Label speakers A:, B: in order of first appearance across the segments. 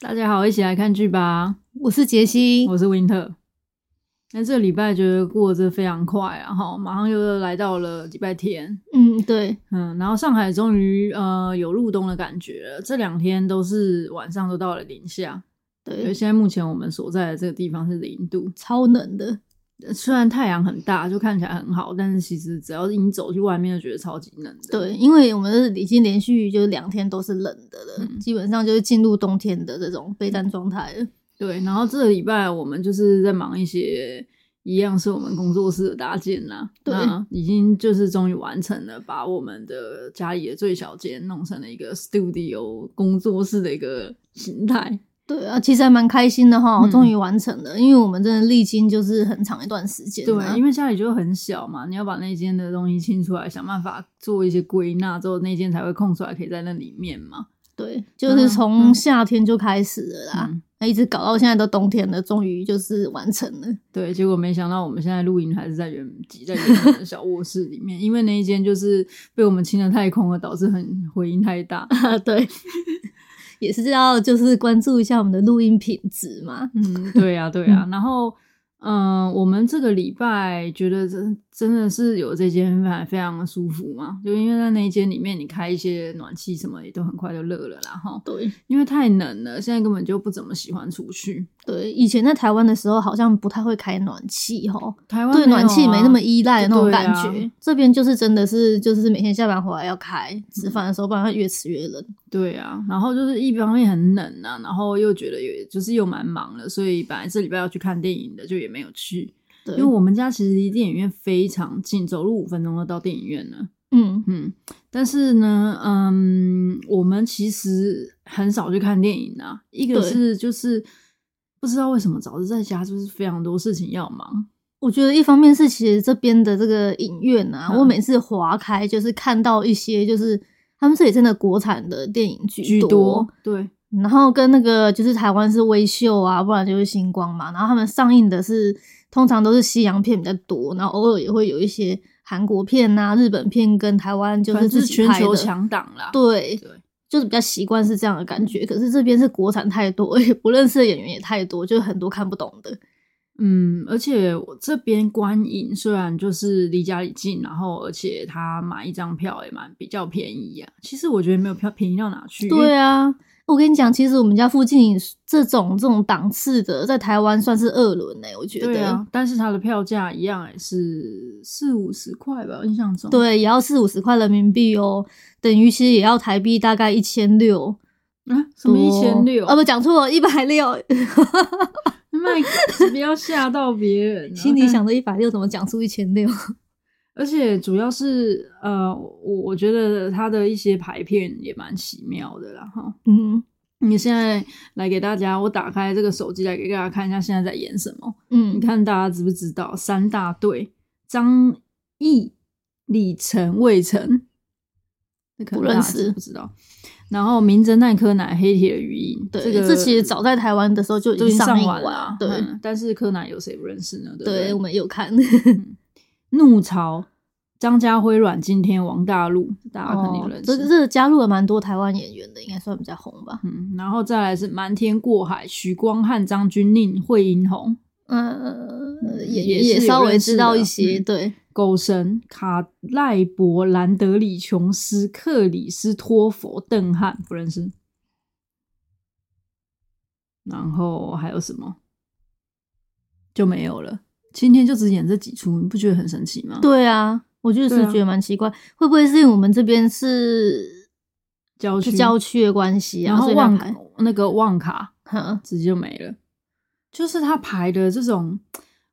A: 大家好，一起来看剧吧！
B: 我是杰西，
A: 我是 Winter。那这个礼拜觉得过得非常快啊，哈，马上又来到了礼拜天，
B: 嗯，对，
A: 嗯，然后上海终于呃有入冬的感觉了，这两天都是晚上都到了零下，对，
B: 对，
A: 现在目前我们所在的这个地方是零度，
B: 超冷的，
A: 呃虽然太阳很大，就看起来很好，但是其实只要是你走去外面，就觉得超级冷的。
B: 对，，因为我们是已经连续就是两天都是冷的了，
A: 嗯
B: 基本上就是进入冬天的这种备战状态了。
A: 对，然后这个礼拜我们就是在忙一些，一样是我们工作室的搭建啦。
B: 对
A: 那已经就是终于完成了，把我们的家里的最小间弄成了一个 studio 工作室的一个形态。
B: 对啊，其实还蛮开心的哈，
A: 嗯
B: 终于完成了，因为我们真的历经就是很长一段时间啊、
A: 对，因为家里就很小嘛，你要把那间的东西清出来，想办法做一些归纳，之后那间才会空出来，可以在那里面嘛。
B: 对，就是
A: 嗯
B: 从夏天就开始了啦，
A: 嗯
B: 那一直搞到现在都冬天了，终于就是完成了。
A: 对，结果没想到我们现在录音还是在原挤在原本的小卧室里面，因为那一间就是被我们清的太空了，导致很回音太大。
B: 啊，对，也是要就是关注一下我们的录音品质嘛。
A: 嗯，对呀、对呀、然后，嗯、我们这个礼拜觉得真真的是有这间饭非常舒服嘛，就因为在那一间里面，你开一些暖气什么也都很快就热了啦哈。
B: 对
A: 因为太冷了，现在根本就不怎么喜欢出去。
B: 对，以前在台湾的时候好像不太会开暖气吼，
A: 台湾
B: 对
A: 哦没有
B: 暖气没那么
A: 啊
B: 依赖的那种
A: 对
B: 感
A: 啊
B: 觉。这边就是真的是就是每天下班回来要开，吃饭的时候不然会越吃越冷。
A: 对啊，然后就是一方面很冷啊，然后又觉得有就是又蛮忙的，所以本来这礼拜要去看电影的，就也没有去。
B: 对，
A: 因为我们家其实离电影院非常近，走路五分钟就到电影院了。
B: 嗯
A: 嗯，但是呢，嗯，我们其实很少去看电影啊。一个
B: 对
A: 是就是不知道为什么早就在家，就是非常多事情要忙。
B: 我觉得一方面是其实这边的这个影院啊，
A: 嗯
B: 我每次划开就是看到一些就是他们这里真的国产的电影
A: 居多，对
B: 然后跟那个就是台湾是微秀啊，不然就是星光嘛。然后他们上映的是通常都是西洋片比较多，然后偶尔也会有一些韩国片啊、日本片跟台湾就
A: 反
B: 是
A: 正是
B: 自己
A: 全
B: 拍
A: 球
B: 的。
A: 强档啦。
B: 对，
A: 对
B: 就是比较习惯是这样的感觉。可是这边是国产太多， 而且不认识的演员也太多，就是很多看不懂的。
A: 嗯，而且我这边观影虽然就是离家里近，然后而且他买一张票也蛮比较便宜啊。其实我觉得没有票便宜到哪去。因为
B: 对啊，我跟你讲，其实我们家附近这种这种档次的，在台湾算是二轮呢、欸我觉得。
A: 对啊，但是它的票价一样也是四五十块吧，印象中。啊
B: 对，也要四五十块人民币哦，等于其实也要台币大概一千六，
A: 啊，什么一千六？
B: 啊，不讲错了，一百六，
A: 麦不要吓到别人、啊，
B: 心里。想着一百六怎么讲出一千 六？
A: 而且主要是呃，我我觉得他的一些排片也蛮奇妙的啦哈。
B: 嗯
A: 你现在来给大家，我打开这个手机来给大家看一下现在在演什么。你
B: 嗯，
A: 看大家知不知道？三大队：张译、李晨、魏晨。这可能
B: 不认
A: 大家
B: 识
A: 知不知道。然后《名侦探柯南》《黑铁的语音》
B: 对，
A: 这个
B: 这其实早在台湾的时候就已
A: 都已经
B: 上
A: 上
B: 映
A: 完
B: 完
A: 了，
B: 对、
A: 嗯但是柯南有谁不认识呢？对不
B: 对，我们也有看，
A: 怒潮、张家辉、阮经天、王大陆， 大家肯定有
B: 哦
A: 认，识。
B: 这个这个加入了蛮多台湾演员的，应该算比较红吧。
A: 嗯，然后再来是瞒天过海、许光汉、张钧甯、惠英红、
B: 呃，
A: 嗯
B: 演
A: 也
B: 员
A: 是
B: 也
A: 有
B: 稍微
A: 认识
B: 知道
A: 的
B: 一些，
A: 嗯
B: 对，
A: 狗神、卡赖伯、兰德里、琼斯、克里斯托佛、邓汉，不认识。然后还有什么就没有了。今天就只演这几出，你不觉得很神奇吗？
B: 对啊，我就是
A: 对啊
B: 觉得蛮奇怪，会不会是因为我们这边是
A: 郊区，
B: 郊区的关系啊？
A: 然后
B: 所以他
A: 旺
B: 排
A: 那个旺卡，
B: 哼
A: 直接就没了。就是他排的这种，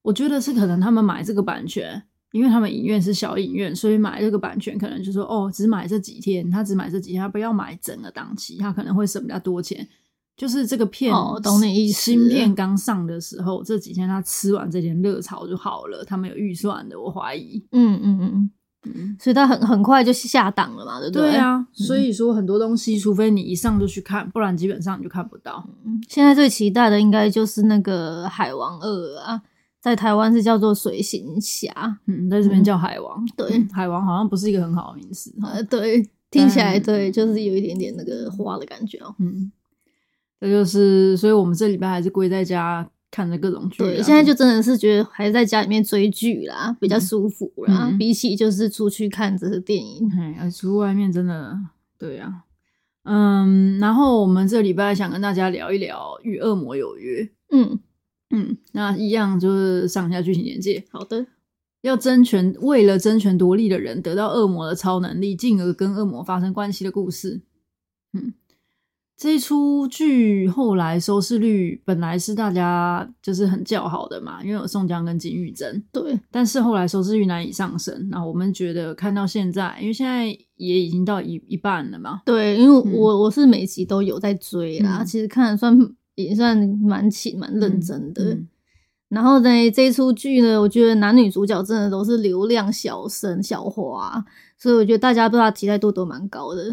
A: 我觉得是可能他们买这个版权，因为他们影院是小影院，所以买这个版权可能就说哦，只买这几天，他只买这几天，他不要买整个档期，他可能会省比较多钱。就是这个片，
B: 哦懂你意思
A: 新片刚上的时候，这几天他吃完这点热潮就好了，他们有预算的，我怀疑。
B: 嗯嗯嗯，
A: 嗯
B: 嗯，所以他很很快就下档了嘛，对不对？嗯
A: 对啊，所以说很多东西，除非你一上就去看，不然基本上你就看不到。
B: 嗯，现在最期待的应该就是那个《海王二》啊，在台湾是叫做《水行侠》。
A: 嗯，在这边叫海王，
B: 对呃
A: 嗯海王好像不是一个很好的名词。
B: 呃，对，听起来
A: 嗯
B: 对，就是有一点点那个花的感觉哦。
A: 嗯，这就是，所以我们这礼拜还是归在家看着各种剧啊。
B: 对，现在就真的是觉得还是在家里面追剧啦，比较舒服啦，
A: 嗯
B: 比起就是出去看这些电影。
A: 哎，而出外面真的，对呀、嗯，然后我们这礼拜想跟大家聊一聊《与恶魔有约》。
B: 嗯，
A: 嗯，那一样就是上下剧情连接，
B: 好的，
A: 要争权，为了争权夺利的人得到恶魔的超能力，进而跟恶魔发生关系的故事。嗯，这一出剧后来收视率本来是大家就是很叫好的嘛，因为有宋江跟金玉珍，
B: 对，
A: 但是后来收视率难以上升。那我们觉得看到现在，因为现在也已经到一一半了嘛，
B: 对，因为
A: 嗯
B: 我、我是每集都有在追啦，
A: 嗯
B: 其实看得算也算蛮勤蛮认真的。
A: 嗯
B: 然后呢，这一出剧呢，我觉得男女主角真的都是流量小生小花，所以我觉得大家对他期待度都蛮高的。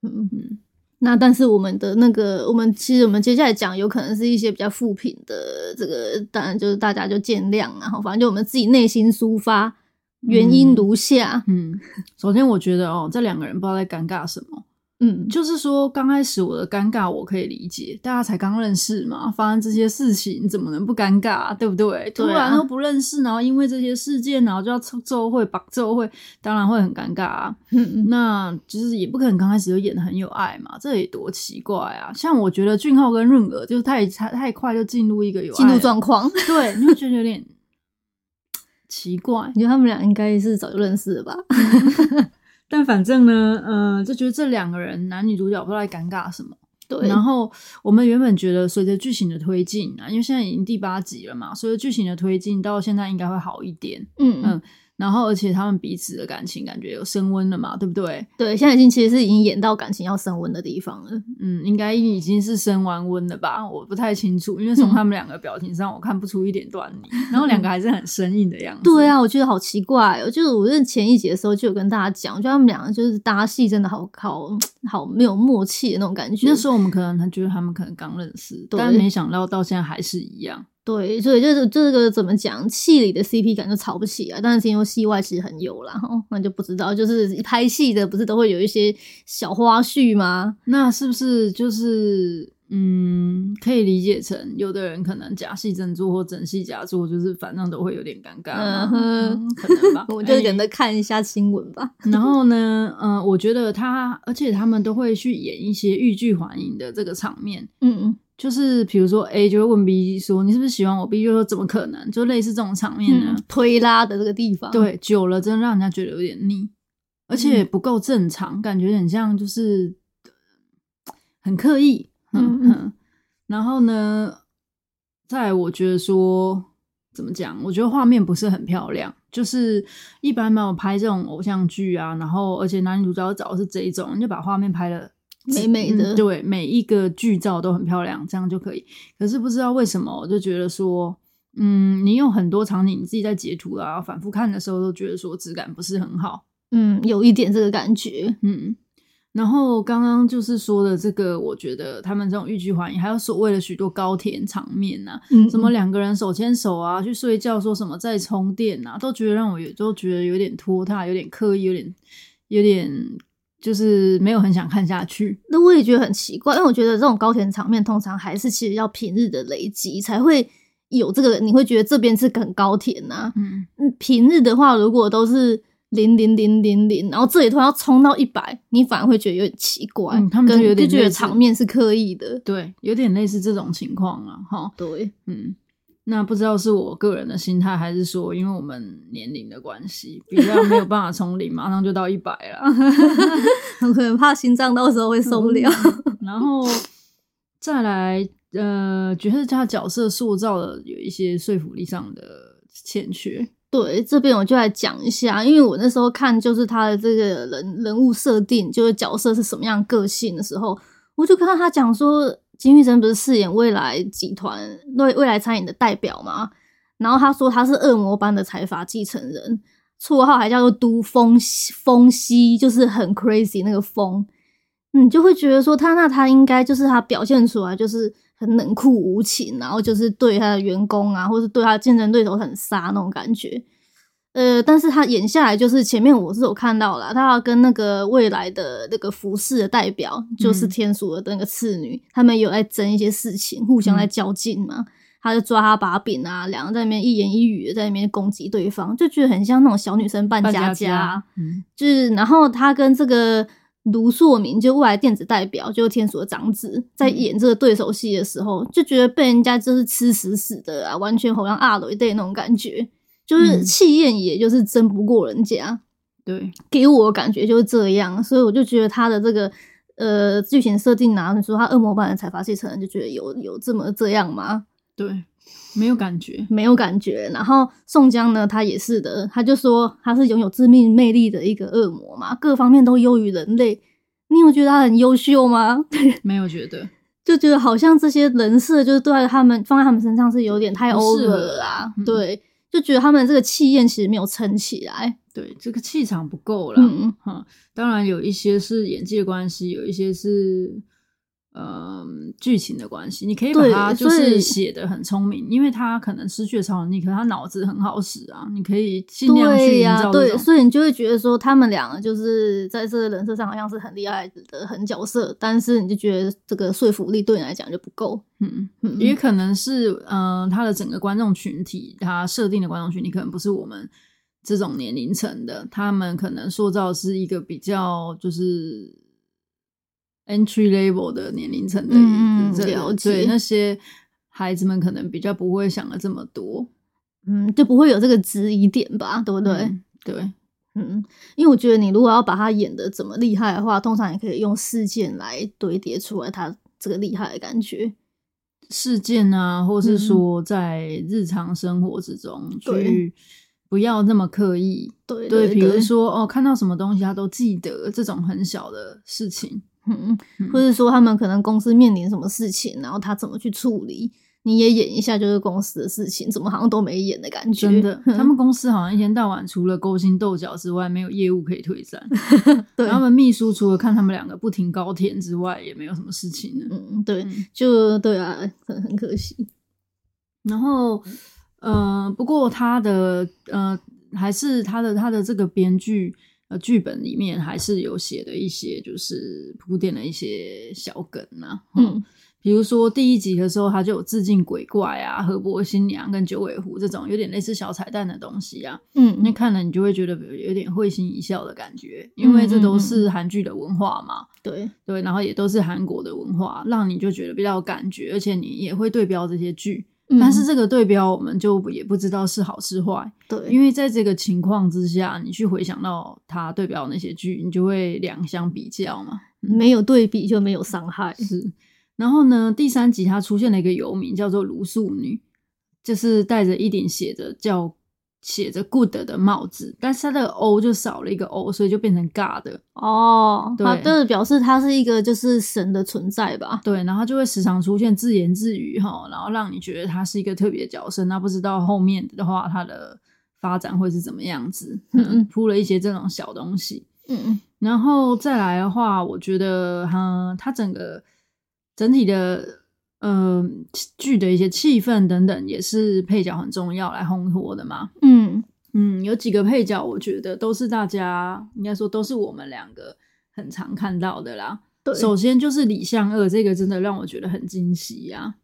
B: 嗯嗯。那但是我们的那个，我们其实我们接下来讲，有可能是一些比较负评的，这个当然就是大家就见谅啊，然后反正就我们自己内心抒发，原因如下。
A: 嗯， 首先我觉得哦，这两个人不知道在尴尬什么。
B: 嗯，
A: 就是说，刚开始我的尴尬我可以理解，大家才刚认识嘛，发生这些事情怎么能不尴尬，啊对不对？突然都不认识，然后因为这些事件，然后就要凑奏会、绑奏会，当然会很尴尬啊。
B: 嗯嗯
A: 那就是也不可能刚开始就演的很有爱嘛，这也多奇怪啊！像我觉得俊浩跟润娥就是太太太快就进入一个有爱
B: 进入
A: 了
B: 状况，
A: 对，你会觉得有点奇怪。
B: 你觉得他们俩应该是早就认识了吧？
A: 但反正呢，呃，就觉得这两个人男女主角不知道在尴尬什么。
B: 对，
A: 然后我们原本觉得随着剧情的推进啊，因为现在已经第八集了嘛，随着剧情的推进到现在应该会好一点。
B: 嗯
A: 嗯然后而且他们彼此的感情感觉有升温了嘛，对不对？
B: 对，现在已经其实是已经演到感情要升温的地方了。
A: 嗯，应该已经是升完温了吧？我不太清楚，因为从
B: 嗯
A: 他们两个表情上我看不出一点端倪，然后两个还是很生硬的样子。
B: 对，啊，我觉得好奇怪、哦，就是我认前一集的时候就有跟大家讲，就他们两个就是搭戏真的好好好没有默契的那种感觉。
A: 那时候我们可能还觉得他们可能刚认识，
B: 对
A: 但没想到到现在还是一样。
B: 对，所以就是这个怎么讲，戏里的 CP 感就吵不起来，但是听说戏外其实很有啦，哦，那就不知道，就是拍戏的不是都会有一些小花絮吗？
A: 那是不是就是嗯，可以理解成有的人可能假戏真做或真戏假做，就是反正都会有点尴尬嘛，
B: 嗯哼。
A: 嗯可能吧
B: 我就
A: 哎
B: 等着看一下新闻吧。
A: 然后呢，嗯、我觉得他，而且他们都会去演一些欲拒还迎的这个场面。
B: 嗯
A: 就是比如说 A 就会问 B 说你是不是喜欢我？B 就说怎么可能？就类似这种场面呢
B: 嗯，，推拉的这个地方，，
A: 对，久了真的让人家觉得有点腻，而
B: 嗯
A: 且不够正常，感觉很像就是呃很刻意。嗯
B: 嗯嗯
A: 嗯。然后呢，再来我觉得说怎么讲？我觉得画面不是很漂亮，就是一般嘛，我拍这种偶像剧啊，然后而且男女主角找的是这一种，就把画面拍的。
B: 美美的
A: 对，每一个剧照都很漂亮，这样就可以。可是不知道为什么，我就觉得说，嗯，你有很多场景，你自己在截图啊，反复看的时候都觉得说质感不是很好，
B: 嗯，有一点这个感觉，
A: 嗯。然后刚刚就是说的这个，我觉得他们这种欲拒还迎，还有所谓的许多高甜场面啊呐、
B: 嗯，
A: 什么两个人手牵手啊，去睡觉，说什么再充电啊，都觉得让我有都觉得有点拖沓，有点刻意，有点有点就是没有很想看下去。
B: 那我也觉得很奇怪，因为我觉得这种高甜场面通常还是其实要平日的累积才会有这个，你会觉得这边是很高甜呐、
A: 嗯，
B: 嗯，平日的话，如果都是零零零零零，然后这里突然要冲到一百，你反而会觉得有点奇怪，
A: 嗯他们就
B: 跟
A: 有点
B: 就觉得
A: 类似
B: 场面是刻意的。
A: 对，有点类似这种情况啊，哈。
B: 对，
A: 嗯，那不知道是我个人的心态，还是说因为我们年龄的关 系，比较没有办法从零马上就到一百了，
B: 很很怕心脏到时候会受不了。
A: 嗯然后再来，呃，觉得他角色塑造的有一些说服力上的欠缺。
B: 对，这边我就来讲一下，因为我那时候看就是他的这个人人物设定，就是角色是什么样个性的时候，我就看到他讲说，金玉珍不是饰演未来集团未未来餐饮的代表嘛，然后他说他是恶魔般的财阀继承人，绰号还叫做都风西风西，就是很 crazy 那个风，你就会觉得说他那他应该就是他表现出来就是很冷酷无情，然后就是对他的员工啊，或是对他的竞争对手很杀那种感觉。呃，但是他演下来就是前面我是有看到了，他要跟那个未来的那个服饰的代表，就是
A: 嗯
B: 天鼠的那个次女，他们有在争一些事情，互相在
A: 嗯
B: 较劲嘛。他就抓他把柄啊，两个在那边一言一语的在那边攻击对方，就觉得很像那种小女生扮家家啊。
A: 嗯
B: 就是然后他跟这个卢硕明，就未来电子代表，就是天鼠的长子，在
A: 嗯
B: 演这个对手戏的时候，就觉得被人家就是吃死死的啊，完全好像阿雷对那种感觉，就是
A: 嗯
B: 气焰也就是争不过人家，
A: 对，
B: 给我的感觉就是这样，所以我就觉得他的这个。呃，剧情设定啊，你说他恶魔版的财阀继承人，就觉得有有这么这样吗？
A: 对，没有感觉。
B: 没有感觉。然后宋江呢，他也是的，他就说他是拥有致命魅力的一个恶魔嘛，各方面都优于人类。你有觉得他很优秀吗？
A: 没有觉得
B: 就觉得好像这些人设就是对他们放在他们身上是有点太
A: 不适
B: over
A: 合
B: 了啊，
A: 嗯
B: 对，就觉得他们这个气焰其实没有撑起来。
A: 对这个气场不够啦。
B: 嗯，
A: 哈，当然有一些是演技的关系，有一些是呃剧情的关系。你可以把
B: 对
A: 它就
B: 所以
A: 是写的很聪明，因为他可能失去了超能力，可是他脑子很好使啊，你可以尽量去
B: 对
A: 营
B: 呀、
A: 造这
B: 对，
A: 种。
B: 所以你就会觉得说他们两个就是在这个人设上好像是很厉害的很角色，但是你就觉得这个说服力对你来讲就不够。
A: 嗯，
B: 嗯，
A: 也可能是嗯、呃他的整个观众群体，他设定的观众群体可能不是我们这种年龄层的，他们可能塑造是一个比较就是 entry level 的年龄层的
B: 嗯嗯
A: 这
B: 了解
A: 对那些孩子们可能比较不会想的这么多，
B: 嗯，就不会有这个质疑点吧，对不对？
A: 嗯对，
B: 嗯，因为我觉得你如果要把它演的怎么厉害的话，通常也可以用事件来堆叠出来它这个厉害的感觉。
A: 事件啊，或是
B: 嗯
A: 说在日常生活之中、
B: 对
A: 去不要那么刻意，
B: 对
A: 对，
B: 对，
A: 比如，说哦，看到什么东西他都记得这种很小的事情，
B: 嗯，
A: 嗯
B: 或者说他们可能公司面临什么事情，然后他怎么去处理，你也演一下就是公司的事情，怎么好像都没演的感觉。
A: 真的，他们公司好像一天到晚除了勾心斗角之外，没有业务可以推展。
B: 对
A: 然后他们秘书除了看他们两个不停高舔之外，也没有什么事情了。
B: 嗯，对，
A: 嗯
B: 就对啊，很很可惜。
A: 然后，呃，不过他的呃，还是他的他的这个编剧呃剧本里面还是有写的一些，就是铺垫了一些小梗啊，
B: 嗯，
A: 比如说第一集的时候，他就有致敬鬼怪啊、河伯新娘跟九尾狐这种有点类似小彩蛋的东西啊。
B: 嗯，
A: 那看了你就会觉得有点会心一笑的感觉，因为这都
B: 嗯
A: 是韩剧的文化嘛，
B: 对，
A: 对，然后也都是韩国的文化，让你就觉得比较有感觉，而且你也会对标这些剧。但是
B: 嗯
A: 这个对标，我们就也不知道是好是坏，
B: 对，
A: 因为在这个情况之下，你去回想到他对标那些剧，你就会两相比较嘛。
B: 没有对比就没有伤害。
A: 是，然后呢，第三集它出现了一个游民，叫做卢素女，就是戴着一顶写着叫写着 good 的帽子，但是它的 o 就少了一个 o，所以就变成 god。
B: 哦，
A: 对
B: 好的，表示它是一个就是神的存在吧？
A: 对，然后它就会时常出现自言自语哈，然后让你觉得他是一个特别的角色。那不知道后面的话，他的发展会是怎么样子？
B: 嗯嗯
A: 嗯， 铺了一些这种小东西。
B: 嗯
A: 然后再来的话，我觉得哈，它整个整体的呃剧的一些气氛等等，也是配角很重要来烘托的嘛。
B: 嗯
A: 嗯，有几个配角，我觉得都是大家应该说都是我们两个很常看到的啦。
B: 对
A: 首先就是李相二，这个真的让我觉得很惊喜呀、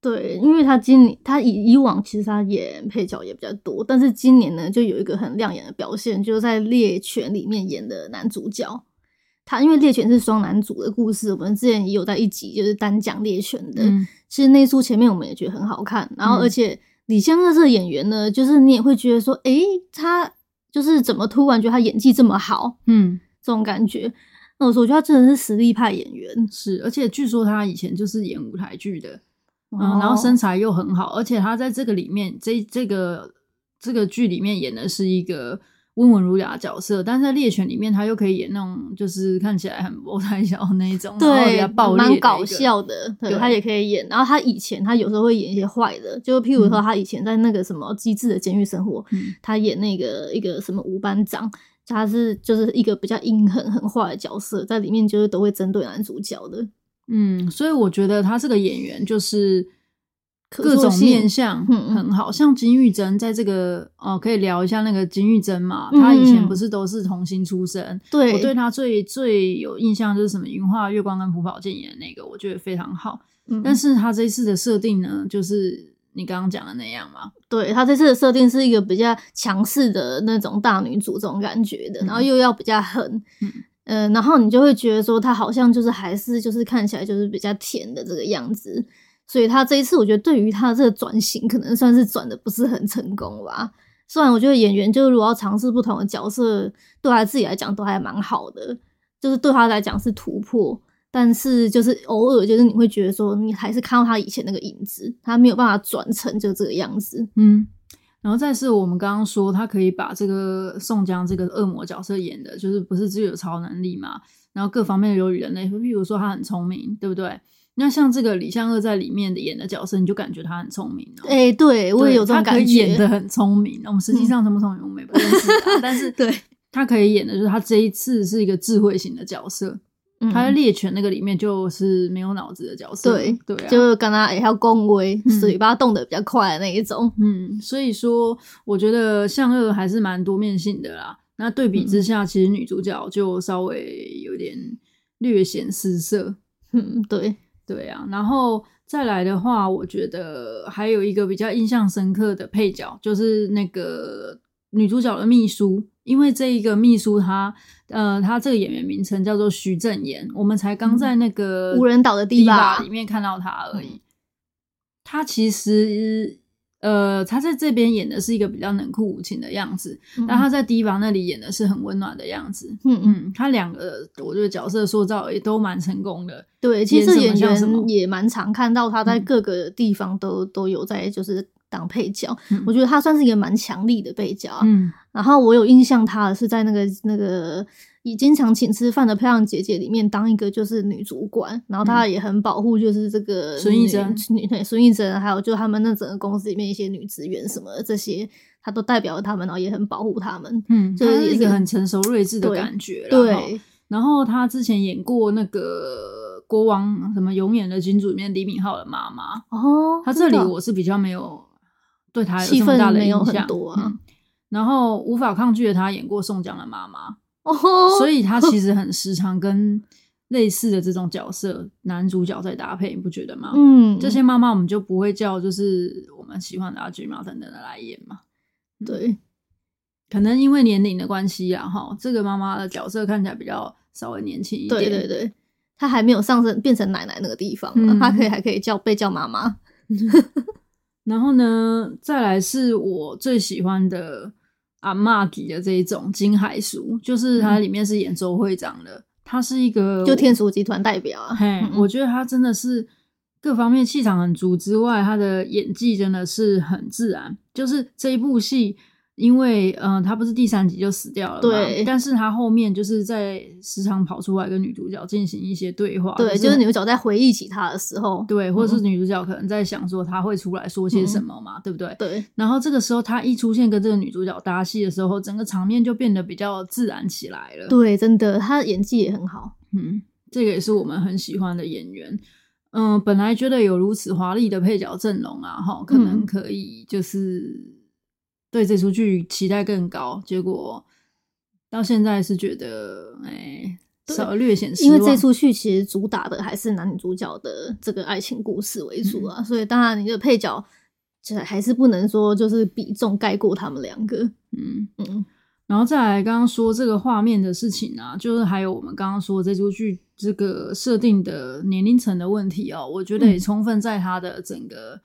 B: 对，因为他今年他以以往其实他演配角也比较多，但是今年呢就有一个很亮眼的表现，就是在《猎犬》里面演的男主角。他因为《猎犬》是双男主的故事，我们之前也有在一集就是单讲《猎犬》的，
A: 嗯，
B: 其实那一出前面我们也觉得很好看，然后
A: 嗯
B: 而且李相赫这个演员呢，就是你也会觉得说，诶，他就是怎么突然觉得他演技这么好，
A: 嗯，
B: 这种感觉。那我说，我觉得他真的是实力派演员，
A: 是，而且据说他以前就是演舞台剧的，
B: 哦
A: 嗯，然后身材又很好，而且他在这个里面，这这个这个剧里面演的是一个温文儒雅的角色，但是在《猎犬》里面，他又可以演那种就是看起来很不太小的那一种，然后比
B: 对
A: 较暴力、
B: 蛮搞笑。的，对
A: 对
B: 他也可以演。然后他以前他有时候会演一些坏的，就譬如说他以前在那个什么《机智的监狱生活》
A: 嗯
B: 他演那个一个什么吴班长，他是就是一个比较阴狠很坏的角色，在里面就是都会针对男主角的。
A: 嗯，所以我觉得他这个演员就是
B: 可
A: 各
B: 塑
A: 种
B: 性
A: 面相
B: 嗯嗯
A: 很好，像金玉珍在这个哦，可以聊一下那个金玉珍嘛，
B: 嗯
A: 她以前
B: 嗯
A: 不是都是童星出身，
B: 对
A: 我对她最最有印象就是什么云画月光跟朴宝剑演的那个，我觉得非常好。
B: 嗯
A: 但是她这一次的设定呢，就是你刚刚讲的那样嘛，
B: 对她这次的设定是一个比较强势的那种大女主这种感觉的，
A: 嗯
B: 然后又要比较狠，
A: 嗯
B: 呃，然后你就会觉得说她好像就是还是就是看起来就是比较甜的这个样子，所以她这一次我觉得对于她这个转型可能算是转的不是很成功吧。虽然我觉得演员就是如果要尝试不同的角色，对她自己来讲都还蛮好的，就是对她来讲是突破。但是就是偶尔就是你会觉得说你还是看到她以前那个影子，她没有办法转成就这个样子。
A: 嗯。然后再是我们刚刚说，她可以把这个宋江这个恶魔角色演的，就是不是只有超能力嘛，然后各方面都有与人类，譬如说她很聪明，对不对？那像这个李相赫在里面的演的角色，你就感觉她很聪明、哦。
B: 哎、对我也有这种
A: 对他可
B: 感
A: 以
B: 觉。
A: 演的很聪明。我们实际上聪不聪明，我们也不认识啊、但是
B: 对，
A: 他可以演的就是他这一次是一个智慧型的角色，
B: 嗯
A: 他在猎犬那个里面就是没有脑子的角色，
B: 对
A: 对啊。
B: 就跟他也要恭维
A: 嗯，
B: 嘴巴动得比较快的那一种。
A: 嗯，所以说我觉得向恶还是蛮多面性的啦。那对比
B: 嗯
A: 之下，其实女主角就稍微有点略显失色，
B: 嗯，对，
A: 对啊。然后再来的话，我觉得还有一个比较印象深刻的配角，就是那个女主角的秘书，因为这一个秘书她，呃，她这个演员名称叫做徐正言，我们才刚在那个
B: 嗯无人岛的
A: 堤
B: 堤坝
A: 坝里面看到她而已。她其实，呃，她在这边演的是一个比较冷酷无情的样子，但她在堤坝那里演的是很温暖的样子。
B: 嗯嗯，
A: 嗯，她两个我觉得角色塑造也都蛮成功的。
B: 对，其实
A: 演
B: 演
A: 什么像什么
B: 员也蛮常看到他在
A: 嗯
B: 各个地方都、都有在就是当配角，
A: 嗯
B: 我觉得他算是一个蛮强力的配角啊。
A: 嗯，
B: 然后我有印象，她是在那个那个以经常请吃饭的漂亮姐姐里面当一个就是女主管，然后她也很保护就是这个
A: 嗯孙艺
B: 女
A: 珍
B: 女对孙艺珍，还有就他们那整个公司里面一些女职员什么的这些，她都代表了他们，然后也很保护他们。
A: 嗯，
B: 就
A: 就是
B: 也
A: 是一个
B: 是
A: 很成熟睿智的
B: 对
A: 感觉啦。齁
B: 对，
A: 然后他之前演过那个《国王什么永远的金主》里面李敏镐的妈妈，
B: 哦，
A: 他这里
B: 真的
A: 我是比较没有对他有
B: 戏
A: 这么
B: 份
A: 大的
B: 没
A: 印
B: 有很
A: 象。
B: 多啊
A: 嗯然后无法抗拒的他演过宋江的妈妈，
B: 哦吼，
A: 所以他其实很时常跟类似的这种角色男主角在搭配，你不觉得吗？
B: 嗯，
A: 这些妈妈我们就不会叫，就是我们喜欢的阿菊嘛等等的来演嘛。嗯
B: 对
A: 可能因为年龄的关系啊，哈，这个妈妈的角色看起来比较稍微年轻一点。
B: 对对对。她还没有上升变成奶奶那个地方嘛，
A: 嗯
B: 她可以还可以叫被叫妈妈。
A: 然后呢，再来是我最喜欢的阿玛吉的这一种金海淑，就是它里面是演周会长的，她是一个
B: 嗯就天鼠集团代表啊，
A: 嘿
B: 嗯，
A: 我觉得她真的是各方面气场很足之外，她的演技真的是很自然。就是这一部戏，因为嗯，她不是第三集就死掉了嘛，
B: 对
A: 但是她后面就是在时常跑出来跟女主角进行一些对话，
B: 对，就是女主角在回忆起她的时候，
A: 对，或者是
B: 嗯
A: 女主角可能在想说她会出来说些什么嘛，对不对？
B: 对，
A: 然后这个时候，他一出现跟这个女主角搭戏的时候，整个场面就变得比较自然起来了。，
B: 对，真的，她演技也很好。
A: 嗯，这个也是我们很喜欢的演员。嗯，本来觉得有如此华丽的配角阵容啊，哈，可能
B: 嗯
A: 可以就是对这出剧期待更高，结果到现在是觉得，哎，
B: 对
A: 稍微略显失
B: 因
A: 望。
B: 为这出剧其实主打的还是男女主角的这个爱情故事为主
A: 嗯
B: 啊，所以当然你的配角就是还是不能说就是比重盖过他们两个。
A: 嗯，
B: 嗯，
A: 然后再来刚刚说这个画面的事情啊，就是还有我们刚刚说这出剧这个设定的年龄层的问题哦，我觉得也
B: 嗯
A: 充分在它的整个、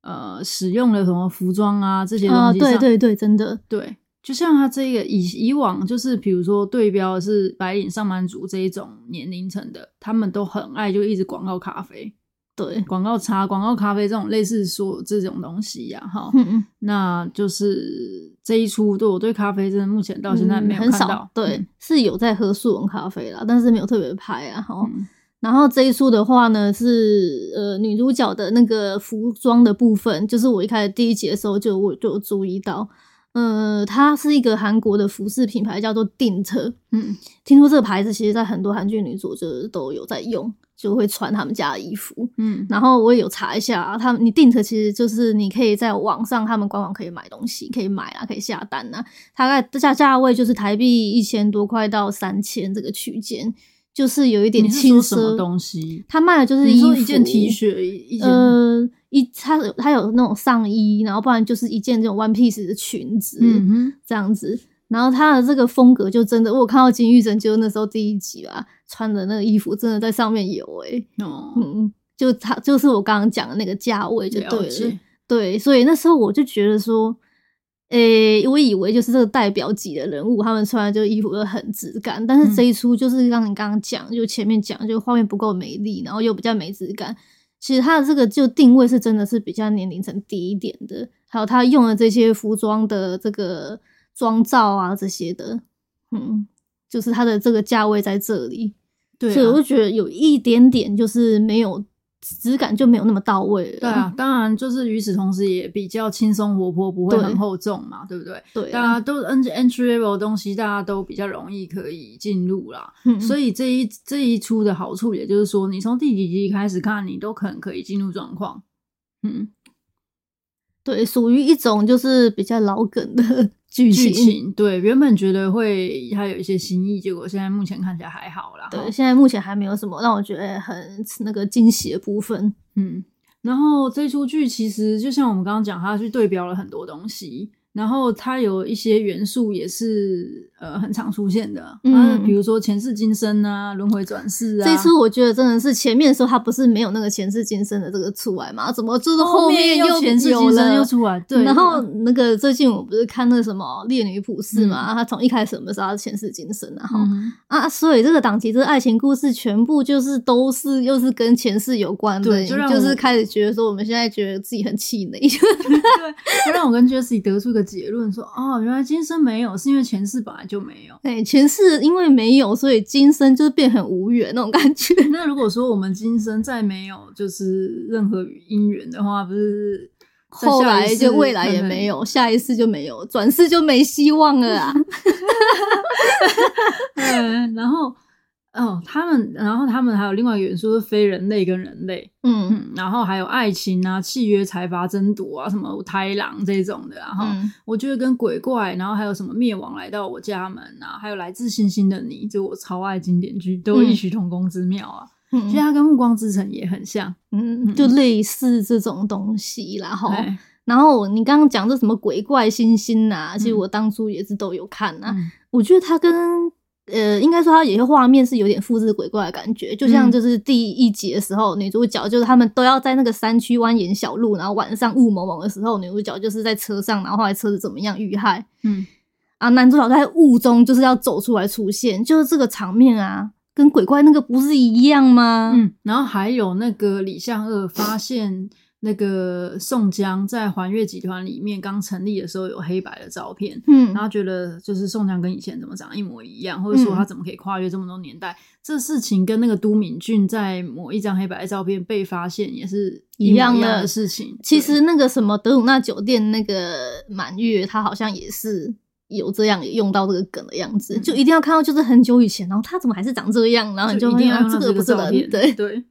A: 呃使用了什么服装啊这些
B: 啊，
A: 东西上，
B: 对对对，真的，
A: 对，就像它这个以以往就是比如说对标是白领上班族这一种年龄层的，他们都很爱就一直广告咖啡、
B: 对，
A: 广告茶、广告咖啡这种类似说这种东西呀、哈，
B: 嗯嗯，
A: 那就是这一出，对我对咖啡真的目前到现在没有
B: 嗯很
A: 看
B: 少
A: 到，，
B: 对，是有在喝速溶咖啡啦，但是没有特别拍啊，哈、
A: 嗯，
B: 然后这一出的话呢，是呃女主角的那个服装的部分，就是我一开始第一集的时候就我就有注意到，呃，它是一个韩国的服饰品牌叫做 Dint，
A: 嗯嗯
B: 听说这个牌子其实在很多韩剧女主就是都有在用，就会穿他们家的衣服。
A: 嗯，
B: 然后我也有查一下、啊，他们你 Dint 其实就是你可以在网上，他们官网可以买东西，可以买啊，可以下单啊。大概价价位就是台币一千多块到三千这个区间，就是有一点
A: 你是说
B: 轻
A: 什么
B: 奢。
A: 东西？
B: 他卖的就是
A: 你
B: 衣
A: 说
B: 服，
A: 一件 T，恤，一一件、
B: 呃，一他有他有那种上衣，然后不然就是一件这种 one piece 的裙子，
A: 嗯哼，
B: 这样子。然后他的这个风格就真的，我有看到金玉珍就那时候第一集吧，穿的那个衣服真的在上面有诶、
A: 哦，
B: 嗯，就他就是我刚刚讲的那个价位就
A: 了
B: 对了
A: 解，，
B: 对，所以那时候我就觉得说，诶、我以为就是这个代表级的人物，他们穿的就衣服都很质感，但
A: 嗯
B: 是这一出就是像你刚刚讲，就前面讲，就画面不够美丽，然后又比较没质感。其实他的这个就定位是真的是比较年龄层低一点的，还有他用的这些服装的这个妆造啊这些的，嗯，就是他的这个价位在这里。
A: 对
B: 所以我
A: 啊
B: 就，觉得有一点点就是没有质感就没有那么到位了。
A: 对啊，当然就是与此同时也比较轻松活泼，不会
B: 对
A: 很厚重嘛，对不对？
B: 对
A: 大
B: 啊，
A: 家都 entry entry level 的东西，大家都比较容易可以进入啦。所
B: 以
A: 以这一这一出的好处，也就是说，你从第几集开始看，你都可能可以进入状况。嗯，
B: 对属于一种就是比较老梗 的剧
A: 剧
B: 情。
A: 情对，原本觉得会还有一些新意，结果现在目前看起来还好啦。哈
B: 对，现在目前还没有什么让我觉得很那个惊喜的部分。
A: 嗯，然后这出剧其实就像我们刚刚讲，它去对标了很多东西，然后它有一些元素也是呃很常出现的，
B: 嗯
A: 啊比如说前世今生啊，轮回转世啊，
B: 这一出我觉得真的是前面的时候，它不是没有那个前世今生的这个出来嘛？怎么就是
A: 后
B: 面
A: 又前世今生
B: 了
A: 又出来，对，
B: 然后那个最近我不是看那个什么《烈女普世》嘛，她从一开始我们知道她是前世今生啊，然后、
A: 嗯
B: 啊，所以这个档期这个爱情故事全部就是都是又是跟前世有关的，
A: 对就
B: 就
A: 让我
B: 是开始觉得说我们现在觉得自己很气馁，
A: 就让我跟 Jessie 得出一个结论说，哦，原来今生没有，是因为前世本来就没有。
B: 对，前世因为没有，所以今生就是变很无缘那种感 觉。
A: 那如果说我们今生再没有就是任何姻缘的话，不是在下一
B: 后来
A: 世
B: 就未来也没有，下一次就没有，转世就没希望 了啊！
A: 可能。嗯，然后哦，他们，然后他们还有另外一个元素是非人类跟人类，
B: 嗯
A: 嗯，然后还有爱情啊、契约、财阀争夺啊、什么豺狼这种的啊，然后、
B: 嗯，
A: 我觉得跟鬼怪，然后还有什么灭亡来到我家门啊，还有来自星星的你，就我超爱经典剧，都有异曲同工之妙啊。其实
B: 嗯
A: 它跟《暮光之城》也很像，
B: 嗯，就类似这种东西啦，哈、
A: 哎
B: 然后我你刚刚讲这什么鬼怪星星呐、其实
A: 嗯
B: 我当初也是都有看啊。
A: 嗯
B: 我觉得它跟呃，应该说它有些画面是有点复制鬼怪的感觉，就像
A: 嗯
B: 就是第一集的时候，女主角就是他们都要在那个山区蜿蜒小路，然后晚上雾蒙蒙的时候，女主角就是在车上，然后后来车子怎么样遇害
A: 嗯，
B: 啊，男主角在雾中就是要走出来出现，就是这个场面啊，跟鬼怪那个不是一样吗？
A: 嗯，然后还有那个李相二发现那个宋江在环月集团里面刚成立的时候有黑白的照片。
B: 嗯
A: 然后觉得就是宋江跟以前怎么长一模一样，或者说
B: 嗯
A: 他怎么可以跨越这么多年代，这事情跟那个都敏俊在某一张黑白的照片被发现也是一模
B: 一样
A: 一
B: 的
A: 样的事情。
B: 其
A: 对
B: 实那个什么德鲁纳酒店那个满月，他好像也是有这样用到这个梗的样子，
A: 嗯
B: 就一定要看到就是很久以前，然后他怎么还是长这样，然后你
A: 就一
B: 会
A: 定要
B: 啊
A: 用
B: 这
A: 到
B: 个
A: 这
B: 不
A: 个
B: 是
A: 照
B: 人，
A: 片，
B: 对
A: 对，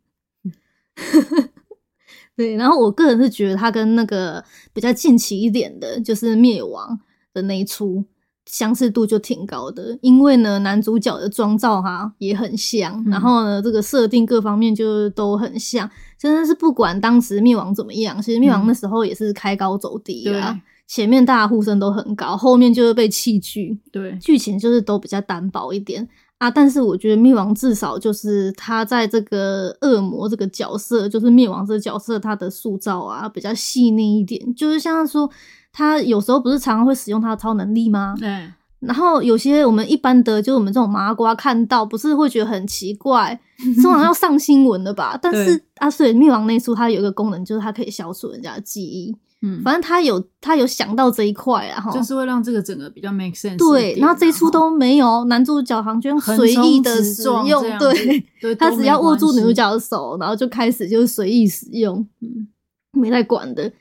B: 对。然后我个人是觉得他跟那个比较近期一点的，就是灭亡的那一出。相似度就挺高的，因为呢，男主角的妆造哈、也很像，
A: 嗯
B: 然后呢，这个设定各方面就都很像，真的是不管当时灭亡怎么样，其实灭亡
A: 嗯
B: 那时候也是开高走低
A: 对
B: 啊，前面大家呼声都很高，后面就是被弃剧，
A: 对，
B: 剧情就是都比较单薄一点啊。但是我觉得灭亡至少就是他在这个恶魔这个角色，就是灭亡这个角色他的塑造啊比较细腻一点，就是像说他有时候不是常常会使用他的超能力吗？
A: 哎，
B: 然后有些我们一般的，就是我们这种麻瓜看到，不是会觉得很奇怪，通 常要上新闻的吧？但是
A: 对
B: 啊，所以灭亡那一出它有一个功能，就是它可以消除人家的记忆。
A: 嗯，
B: 反正他有他有想到这一块啊，哈，
A: 就是会让这个整个比较 make sense 一点啊。
B: 对。然后这一出
A: 哈
B: 都没有，男主角好像
A: 横
B: 哦随意
A: 冲
B: 的
A: 直
B: 使
A: 撞
B: 用
A: 这，样
B: 对
A: 子，对，
B: 他
A: 都
B: 只
A: 没
B: 要握
A: 关
B: 住女主
A: 系，
B: 角的手，然后就开始就是随意使用，
A: 嗯
B: 没在管的。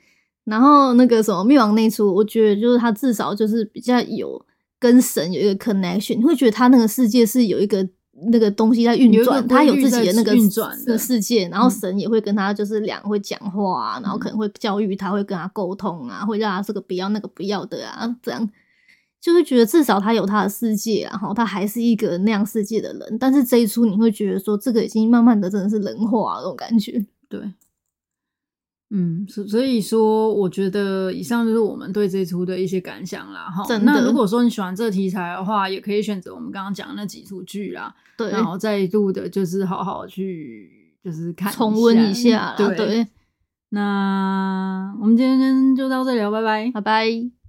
B: 然后那个什么灭亡那一出，我觉得就是他至少就是比较有跟神有一个 connection，你会觉得他那个世界是有一个那个东西在运
A: 有一个
B: 转，
A: 规
B: 他有
A: 律
B: 自己
A: 在
B: 的那个
A: 运转
B: 世
A: 的
B: 世界，然后
A: 嗯
B: 神也会跟他就是两会讲话啊、然后可能会教育他，会跟他沟通啊，会让他这个不要那个不要的啊，这样就会觉得至少他有他的世界啊，然后他还是一个那样世界的人。但是这一出你会觉得说，这个已经慢慢的真的是人化了那种感觉。
A: 对，嗯，所所以说，我觉得以上就是我们对这出的一些感想啦。哈，
B: 真
A: 那
B: 的
A: 如果说你喜欢这个题材的话，也可以选择我们刚刚讲的那几出剧啦，
B: 对，
A: 然后再度的，就是好好去就是看嗯
B: 重温一下啦，
A: 对，
B: 对，
A: 那我们今天就到这里了，拜拜
B: 拜。拜。